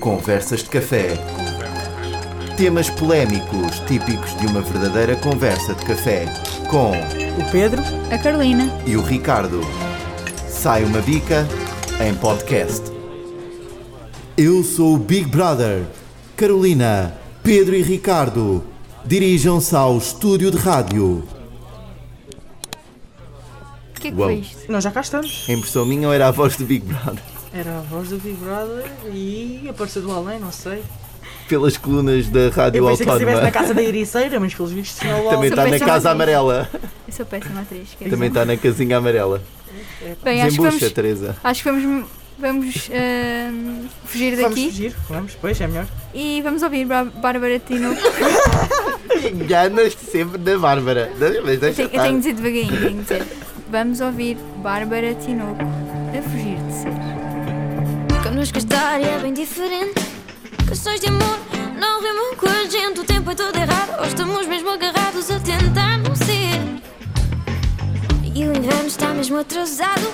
Conversas de café. Temas polémicos típicos de uma verdadeira conversa de café. Com O Pedro A Carolina. e o Ricardo. Sai uma bica em podcast. Eu sou o Big Brother. Carolina, Pedro e Ricardo, dirijam-se ao estúdio de rádio. O que é que Uau. foi isto? Nós já cá estamos. A impressão minha ou era a voz do Big Brother? Era a voz do Big Brother e apareceu do além, não sei. Pelas colunas da rádio Eu pensei que estivesse autónoma. na casa da Ericeira, mas pelos vistos não é? lá. Também está na Pensava Casa nisso. Amarela. Eu sou péssima atriz. esquece. Também está na Casinha Amarela. Bem, acho que vamos, Desembucha, Teresa. acho que vamos, vamos ahm, fugir Vamos daqui fugir, vamos, pois é melhor. e vamos ouvir Bá- Bárbara Tino. Enganas-te sempre da Bárbara. Mas Eu deixa tenho, eu tenho de dizer devagarinho, tenho de dizer. Vamos ouvir Bárbara Tinoco a fugir de ser. Connosco a história é bem diferente. Questões de amor não rimam com a gente. O tempo é todo errado. Ou estamos mesmo agarrados a tentar não ser. E o inverno está mesmo atrasado.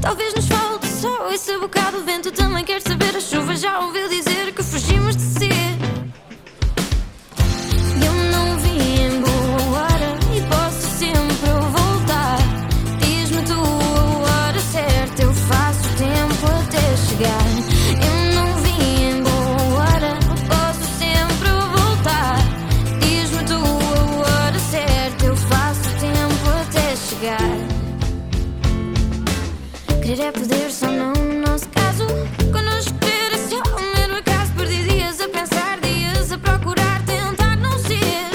Talvez nos falte só esse bocado. O vento também quer saber. A chuva já ouviu dizer que fugimos de ser. Eu não vim em boa hora e posso sempre voltar. Diz-me tu a hora certa, eu faço tempo até chegar. Eu não vim em boa hora, posso sempre voltar. Diz-me tu a hora certa, eu faço tempo até chegar. Querer é poder, só não no nosso caso. Connosco ter é só o mesmo acaso. Perdi dias a pensar, dias a procurar, tentar não ser.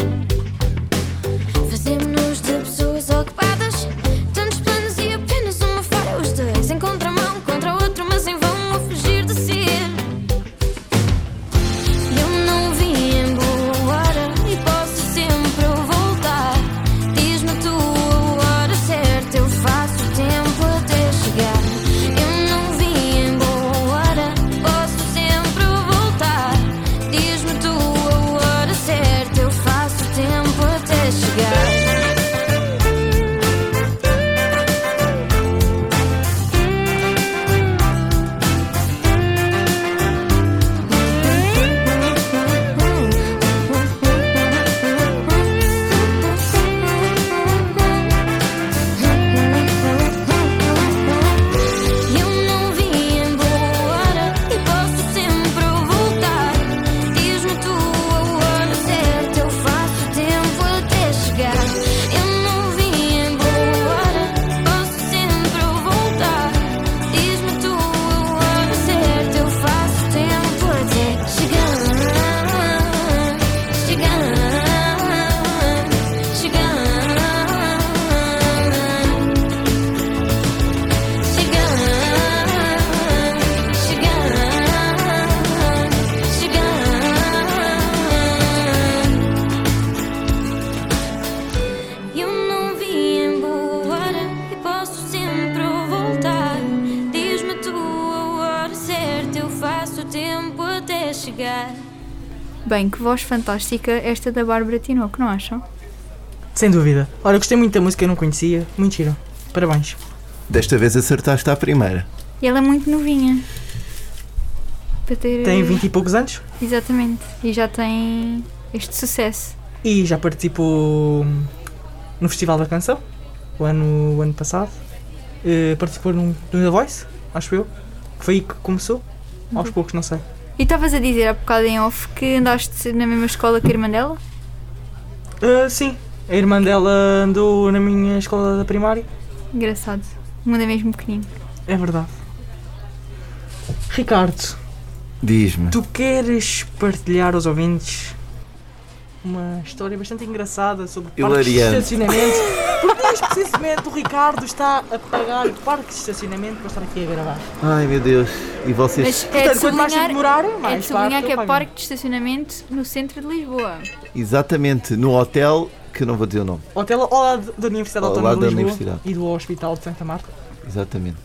Fazemos-nos de pessoas ocupadas. Tantos planos e apenas uma falha. Os dois em contramão contra o outro, mas em vão a fugir de ser. Eu não vim em boa hora e posso sempre voltar. Diz-me tu a hora certa, eu faço tempo até chegar. Eu não vim em boa hora, posso sempre voltar. Diz-me tu a hora certa, eu faço tempo até chegar. Eu não vim em boa hora e posso sempre voltar. Diz-me tu a hora certa, eu faço tempo até chegar. Eu não vim em boa hora, posso sempre voltar. Diz-me tu a hora certa, eu faço tempo até chegar. Chegar, chegar. Chegar, chegar, chegar. Eu não vim embora e posso sempre voltar. Diz-me tu a hora certa, eu faço o tempo até chegar. Bem, que voz fantástica esta da Bárbara Tinoco, não acham? Sem dúvida. Olha, gostei muito da música, eu não conhecia. Muito giro. Parabéns. Desta vez acertaste à primeira. E ela é muito novinha. Para ter- eh, Tem 20 e poucos anos Exatamente. E já tem este sucesso. e já participou no Festival da Canção, o ano, o ano passado. Eh, participou no, no The Voice, acho eu. Que foi aí que começou. Aos poucos, não sei. E estavas a dizer há bocado em off que andaste na mesma escola que a irmã dela? Ah, sim, a irmã dela andou na minha escola da primária. Engraçado. O mundo é mesmo pequenino. É verdade. Ricardo, Diz-me. tu queres partilhar aos ouvintes uma história bastante engraçada sobre parques de Hilariante. estacionamento? Porque neste precisamente o Ricardo está a pagar parques de estacionamento para estar aqui a gravar. Ai meu Deus. E vocês. Mas é de Portanto, quanto mais tempo sublinhar, demorar, mais é de sublinhar parte que eu é pago. parque de estacionamento no centro de Lisboa. Exatamente, no hotel, que eu não vou dizer o nome. Hotel ao lado da Universidade Ao Autónoma lado de da Lisboa Universidade. e do Hospital de Santa Marta. Exatamente.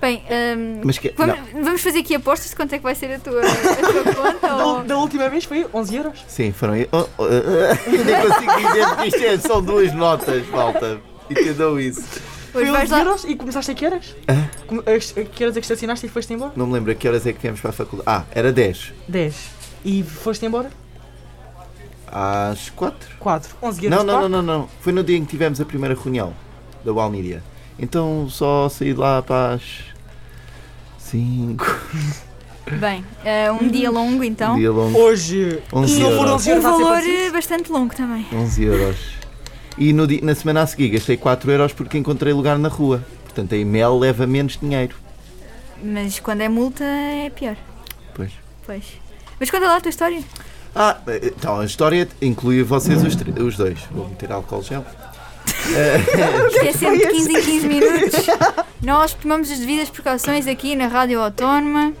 Bem, hum, Mas que. Não. vamos, vamos fazer aqui apostas de quanto é que vai ser a tua, a tua conta? Da- ou- Então, Da última vez foi 11 euros. Sim, foram. Oh, oh, eu nem consigo dizer porque isto é, são duas notas, falta. E cada um isso. Hoje Foi vais 11 lá. euros e começaste a que horas? Hã? Com- a- a Que horas é que estacionaste e foste embora? Não me lembro a que horas é que viemos para a faculdade. Ah, era 10. 10. E foste embora? Às 4? 4. 11 euros. Não, não, pá. não, não, não. Foi no dia em que tivemos a primeira reunião da Wall Media. Então só saí de lá para as 5. Bem, é um dia longo então. Um dia longo. Hoje. 11 se não for euros. 11 Um euros, há de ser valor parecido. eh, bastante longo também. 11 euros. E no di- na semana a seguir gastei 4 euros porque encontrei lugar na rua. Portanto, a Mel leva menos dinheiro. Mas quando é multa é pior. Pois. Pois. Mas conta lá a tua história. Ah, então a história inclui vocês os, tre- os dois. Vou meter álcool gel. Isto é sempre de 15 em 15 minutos. Nós tomamos as devidas precauções aqui na Rádio Autónoma.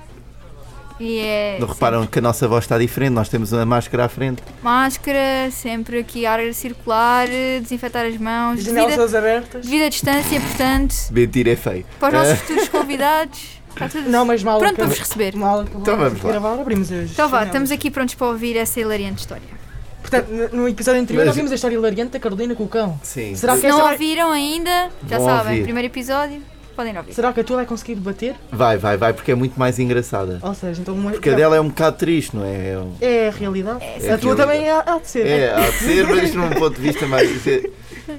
E é Não reparam que a nossa voz está diferente, nós temos uma máscara à frente. sempre máscara, sempre aqui ar circular, eh, desinfetar as mãos, devida, Janelas abertas. devida distância, portanto, Mentir é feio. para os nossos futuros convidados, está tudo Não, mas mal. pronto para acabou- vos receber. Mal acabou Então vamos de lá. gravar, abrimos as Então vá, janelas. estamos aqui prontos para ouvir essa hilariante história. Portanto, no- no episódio anterior Mas- ouvimos a história hilariante da Carolina com o cão. Sim. Será que, Se esta não vai- ouviram ainda, já Vão sabem, ouvir. primeiro episódio, podem ouvir. Será que a tua vai conseguir bater? Vai, vai, vai, porque é muito mais engraçada. Ou seja, então uma... Porque a dela é um bocado triste, não é? É, um- é a realidade. É a tua realidade. também é, há de ser. é há de ser, mas num ponto de vista mais.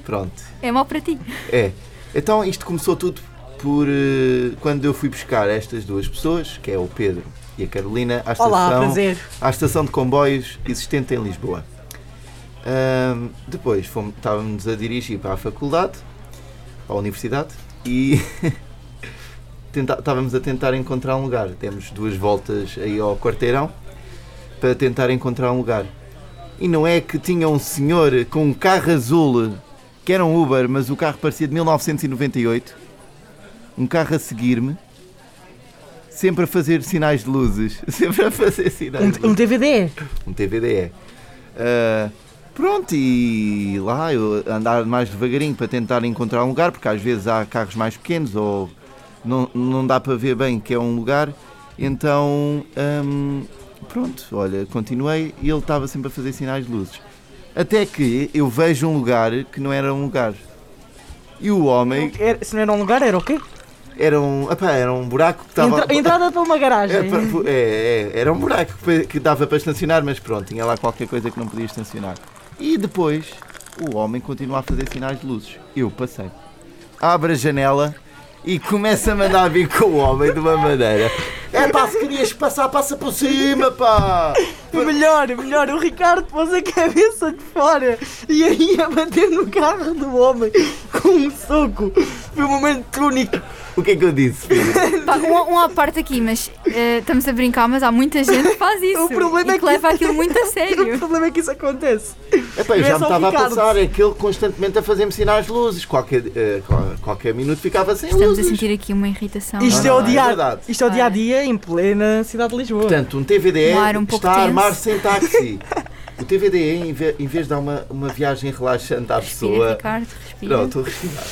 Pronto. É mau para ti. É. Então isto começou tudo por eh, quando eu fui buscar estas duas pessoas, que é o Pedro e a Carolina, à Olá, estação, prazer. à estação de comboios existente em Lisboa. Ahm, depois fomos, estávamos a dirigir para a faculdade, à universidade, e tenta- estávamos a tentar encontrar um lugar. Demos duas voltas aí ao quarteirão para tentar encontrar um lugar. E não é que tinha um senhor com um carro azul, que era um Uber, mas o carro parecia de 1998, um carro a seguir-me, sempre a fazer sinais de luzes, sempre a fazer sinais de Um, um luzes. DVD. Um TVDE. Ah, pronto, e lá eu andar mais devagarinho para tentar encontrar um lugar, porque às vezes há carros mais pequenos ou não, não dá para ver bem que é um lugar. Então, ahm, pronto, olha, continuei e ele estava sempre a fazer sinais de luzes. Até que eu vejo um lugar que não era um lugar. E o homem Era- se não era um lugar, era o quê? era um, epá, era um buraco que estava. Entra- entrada para uma garagem. É, pa- pu- é, é, era um buraco que- que dava para estacionar, mas pronto, tinha lá qualquer coisa que não podia estacionar. E depois o homem continua a fazer sinais de luzes. Eu passei. Abre a janela e começa a mandar vir com o homem de uma maneira. É pá, se querias passar, passa por cima, pá! Melhor, melhor, o Ricardo pôs a cabeça de fora e aí ia bater no carro do homem com um soco. Foi um momento único. O que é que eu disse? filho? Pá, um, um à parte aqui, mas eh, estamos a brincar, mas há muita gente que faz isso. O problema e é que- leva aquilo muito a O sério. problema é que isso acontece. É pá, eu Não é já me só o estava a Ricardo. passar, é que ele constantemente a fazer-me sinais de luzes. Qualquer, eh, qual- qualquer minuto ficava sem Estamos a luzes. sentir aqui uma irritação. Isto não, é o não, é dia verdade. isto é o dia a dia em plena cidade de Lisboa. Portanto, um TVDE Um ar um pouco está a armar tenso. sem táxi. O TVDE, em ve- em vez de dar uma, uma viagem relaxante à Respira, pessoa. Ricardo, respira. Não, estou a respirar.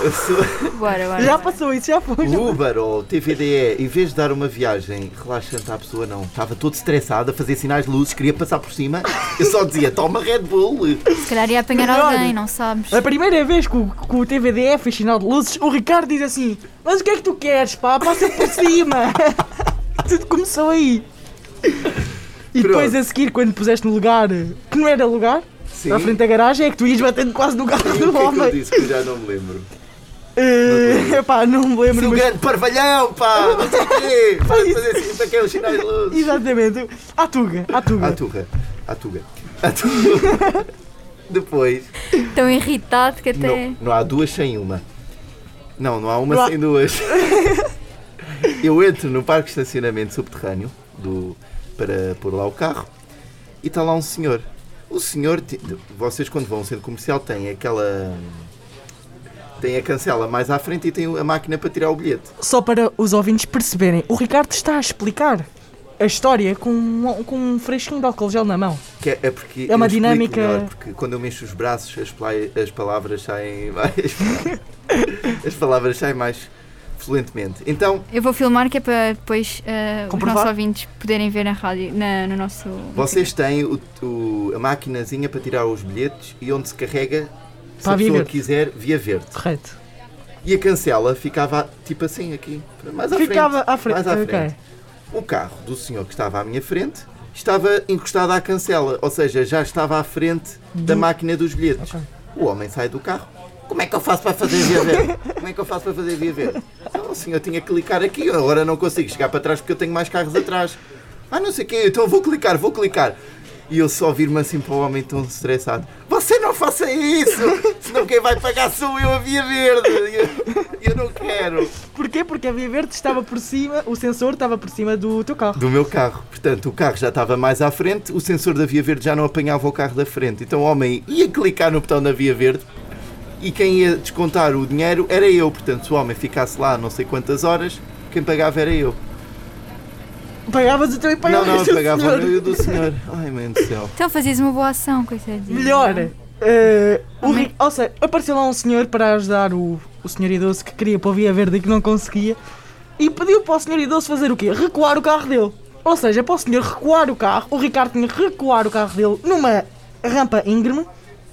A pessoa- Bora, bora. já bora. passou isso, já foi. O Uber ou o TVDE, em vez de dar uma viagem relaxante à pessoa, não. Estava todo estressado, a fazer sinais de luzes, queria passar por cima. Eu só dizia: toma Red Bull. Se calhar ia apanhar Melhor. É alguém, não é. sabes? A primeira vez que o, que o TVDE fez sinal de luzes, o Ricardo diz assim: Mas o que é que tu queres, pá? Passa por cima! Tudo começou aí. E Pronto. depois a seguir, quando puseste no lugar que não era lugar, Sim. à frente da garagem, é que tu ias batendo quase no carro E o que do é que eu homem. disse que eu já não me lembro? Eh, Pá, não me Sim, o lembro. é Mas... grande parvalhão, pá! Não sei o quê! Para de fazer assim, para que é os sinais de luzes? Exatamente. À Tuga, à Tuga. À Tuga. À Tuga. À Tuga. Depois. Tão irritado que até. Não, não há duas sem uma. Não, não há uma Não há- sem duas. Eu entro no parque de estacionamento subterrâneo do, para pôr lá o carro e está lá um senhor. O senhor, ti- vocês quando vão ao centro comercial têm aquela. têm a cancela mais à frente e têm a máquina para tirar o bilhete. Só para os ouvintes perceberem, o Ricardo está a explicar a história com, um- com um fresquinho de álcool gel na mão. Que é, é porque É uma eu explico dinâmica- melhor, porque quando eu mexo os braços, as, plai- as palavras saem mais. as palavras saem mais fluentemente. Então, Eu vou filmar que é para depois eh, os Comprovar? nossos ouvintes poderem ver na rádio, na- no nosso. Vocês têm o- o- a maquinazinha para tirar os bilhetes e onde se carrega, se Para a a via pessoa verde. quiser, via verde. Correto. E a cancela ficava tipo assim aqui, mais à Ficava frente. à frente. Mais à ok. frente. O carro do senhor que estava à minha frente estava encostado à cancela, ou seja, já estava à frente da máquina dos bilhetes. Ok. O homem sai do carro. Como é que eu faço para fazer via verde? Como é que eu faço para fazer via verde? Não, o senhor tinha que clicar aqui, eu agora não consigo chegar para trás porque eu tenho mais carros atrás. Ah, não sei o quê, então vou clicar, vou clicar. E eu só vir-me assim para o homem tão estressado. Você não faça isso! Senão quem vai pagar sou eu a via verde! E Eu, eu não quero! Porquê? Porque a Via Verde estava por cima, o sensor estava por cima do teu carro. do meu carro. Portanto, o carro já estava mais à frente, o sensor da via verde já não apanhava o carro da frente. Então o homem ia clicar no botão da via verde e quem ia descontar o dinheiro era eu. Portanto, se o homem ficasse lá não sei quantas horas, quem pagava era eu. Pagavas o teu e Não, pagavas não, o pagava senhor. eu do senhor. Ai, mãe do céu. Então fazias uma boa ação, coitadinho. Melhor. eh, o Amém. Ric- ou seja, apareceu lá um senhor para ajudar o, o senhor idoso que queria para a Via Verde e que não conseguia. E pediu para o senhor idoso fazer o quê? Recuar o carro dele. Ou seja, para o senhor recuar o carro, o Ricardo tinha que recuar o carro dele numa rampa íngreme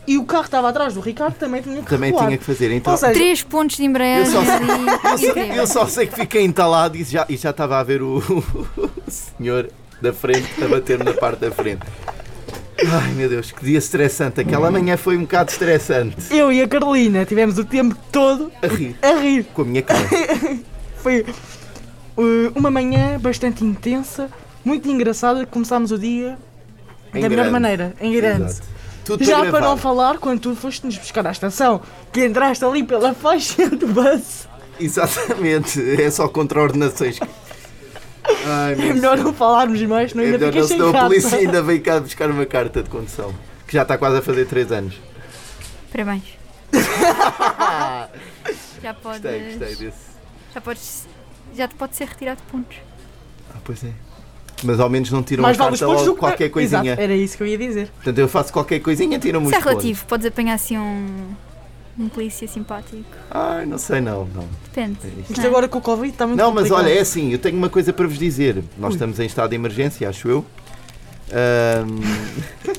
e o carro que estava atrás do Ricardo também tinha que Também recuar. tinha que fazer. Então, Ou seja, Três pontos de embreagem. Eu só- e- e deu. eu só sei que fiquei entalado e já, e já estava a ver o, o senhor da frente a bater-me na parte da frente. Ai meu Deus, que dia estressante. Aquela manhã foi um bocado estressante. eu e a Carolina tivemos o tempo todo A rir. a rir. com a minha cara. Foi uh, uma manhã bastante intensa, muito engraçada. Começámos o dia Em da melhor grande. maneira, em grande. Exato. Tudo Já para para não gravar. falar, quando tu foste-nos buscar à estação, que entraste ali pela faixa do bus, Exatamente, é só contra ordenações. Ai, é meu melhor Deus. não falarmos mais, não É ainda melhor fiquei não, sem senão a polícia carta. ainda veio cá buscar uma carta de condução. Que já está quase a fazer 3 anos. Parabéns. já podes. Gostei, gostei desse. Já podes. Já te pode ser retirado pontos. Ah, pois é. Mas ao menos não tiram Mais a vale os carta pontos do logo que qualquer coisinha. Exato, era isso que eu ia dizer. Portanto, eu faço qualquer coisinha, tiram Isso muito é relativo, podes apanhar assim um. Um polícia simpático. Ai, não sei, não. não. Depende. Isto não é? agora com o Covid está muito Não, mas complicado. olha, é assim, eu tenho uma coisa para vos dizer. Nós estamos em estado de emergência, acho eu. Ahm,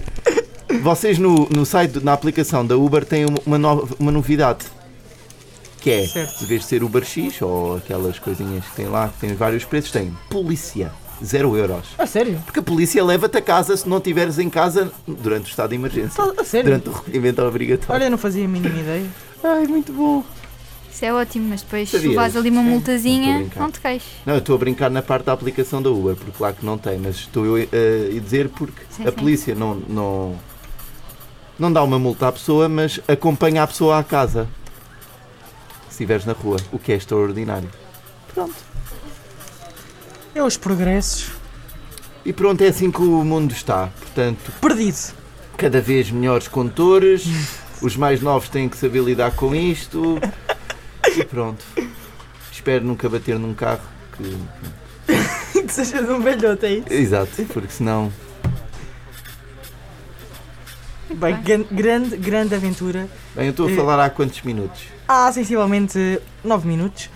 vocês no, no site, do- na aplicação da Uber, têm uma- uma, no- uma novidade. Que é, Certo. em vez de ser Uber X ou aquelas coisinhas que tem lá, que tem vários preços, tem polícia, 0 euros. A sério? Porque a polícia leva-te a casa se não estiveres em casa durante o estado de emergência. Tá- A sério? Durante o recolhimento obrigatório. Olha, eu não fazia a mínima ideia. Ai, muito bom. Isso é ótimo, mas depois se Sabias? levas ali uma multazinha, Não estou a brincar. não te queixes. Não, eu estou a brincar na parte da aplicação da Uber, porque claro que não tem, mas estou eu eh, a dizer porque Sim, a sim. polícia não, não, não dá uma multa à pessoa, mas acompanha a pessoa à casa. Se estiveres na rua, o que é extraordinário. É os progressos. E pronto, é assim que o mundo está. Portanto, Perdido. cada vez melhores condutores, os mais novos têm que saber lidar com isto. E pronto. Espero nunca bater num carro. que- que sejas um velhote aí. Exato, porque senão Bem, gran- grande, grande aventura. Bem, eu estou a Eh, falar há quantos minutos? Há sensivelmente 9 minutos.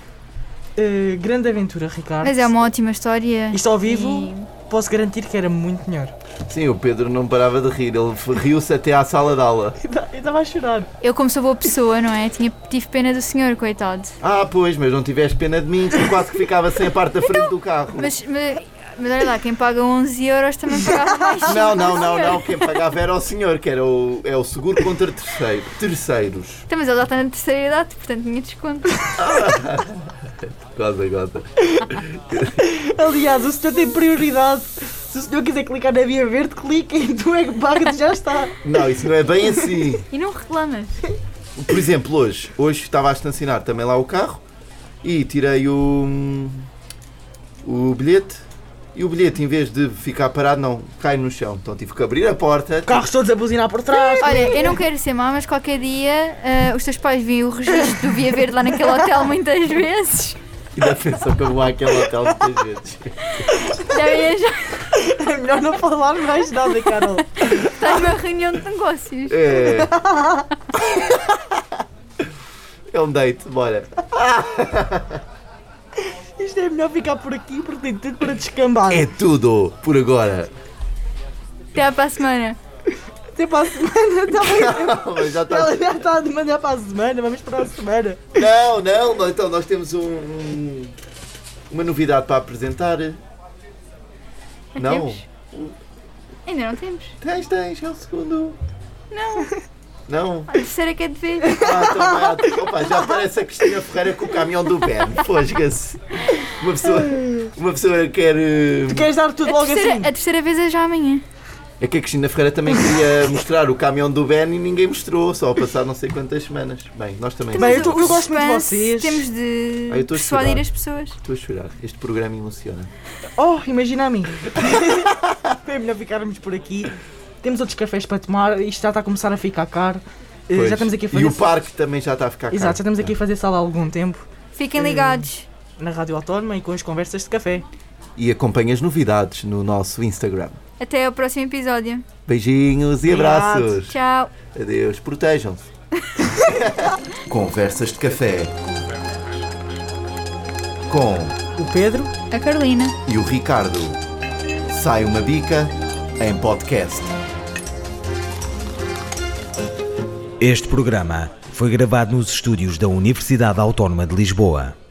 Uh, grande aventura, Ricardo. Mas é uma ótima história. Isto é ao vivo, E- posso garantir que era muito melhor. Sim, o Pedro não parava de rir, ele f- riu-se até à sala de aula. Tá, Eu estava a chorar. Eu, como sou boa pessoa, não é? Tinha, tive pena do senhor, coitado. Ah, pois, mas não tiveste pena de mim, que quase que ficava sem a parte da frente do carro. Mas, mas, mas olha lá, quem paga 11 euros também pagava mais. Não, não, não, não, quem pagava era o senhor, que era o, é o seguro contra terceiro, terceiros. Então, mas ele já está na terceira idade, portanto tinha desconto. Goza, goza. Aliás, o senhor tem prioridade. Se o senhor quiser clicar na via verde, clica e tu é que pagas, já está. Não, isso não é bem assim. E não reclamas. Por exemplo, hoje, hoje estava a estacionar também lá o carro e tirei o, o bilhete e o bilhete em vez de ficar parado não, cai no chão. Então tive que abrir a porta, Carros todos a buzinar por trás. Olha, eu não quero ser má, mas qualquer dia ah, os teus pais vêm o registro do Via Verde lá naquele hotel muitas vezes. Ainda pensou que eu vou àquele hotel muitas vezes. Devem achar É melhor não falar mais nada, Carol. que estás numa reunião de negócios. É. É um date, bora. Isto é melhor ficar por aqui porque tem tudo para descambar. É tudo por É agora. Até à para a semana. Até ter para a semana, está bem. Mas já tá- Ela já está a demandar para a semana, vamos para a semana. Não, não, mas então nós temos um- um- uma novidade para apresentar. Não? temos? Ainda não temos. Tens, tens, é o segundo. Não. Não? A terceira que é de ver. Ah, então vai, então, opa, já parece a Cristina Ferreira com o caminhão do Ben. Fosga-se. Uma pessoa, uma pessoa quer. eh, Tu queres dar tudo A logo terceira, assim? a terceira vez é já amanhã. É que a Cristina Ferreira também queria mostrar o caminhão do Ben e ninguém mostrou, só a passar não sei quantas semanas. Bem, nós também. Bem, eu tô- eu gosto muito de Suspense, vocês. Temos de Ah, eu tô a persuadir chorar. as pessoas. Estou a chorar. Este programa emociona. Oh, imagina a mim. é melhor ficarmos por aqui. Temos outros cafés para tomar, isto já está a começar a ficar caro. Eh, Pois. Já estamos aqui a fazer. E o parque também já está a ficar Exato, já caro. estamos aqui a fazer sala há algum tempo Fiquem ligados. na Rádio Autónoma e com as conversas de café. E acompanha as novidades no nosso Instagram. Até ao próximo episódio. Beijinhos e Obrigado. abraços. Tchau. Adeus, protejam-se. Conversas de café. Com O Pedro A Carolina. e o Ricardo. Sai uma bica em podcast. Este programa foi gravado nos estúdios da Universidade Autónoma de Lisboa.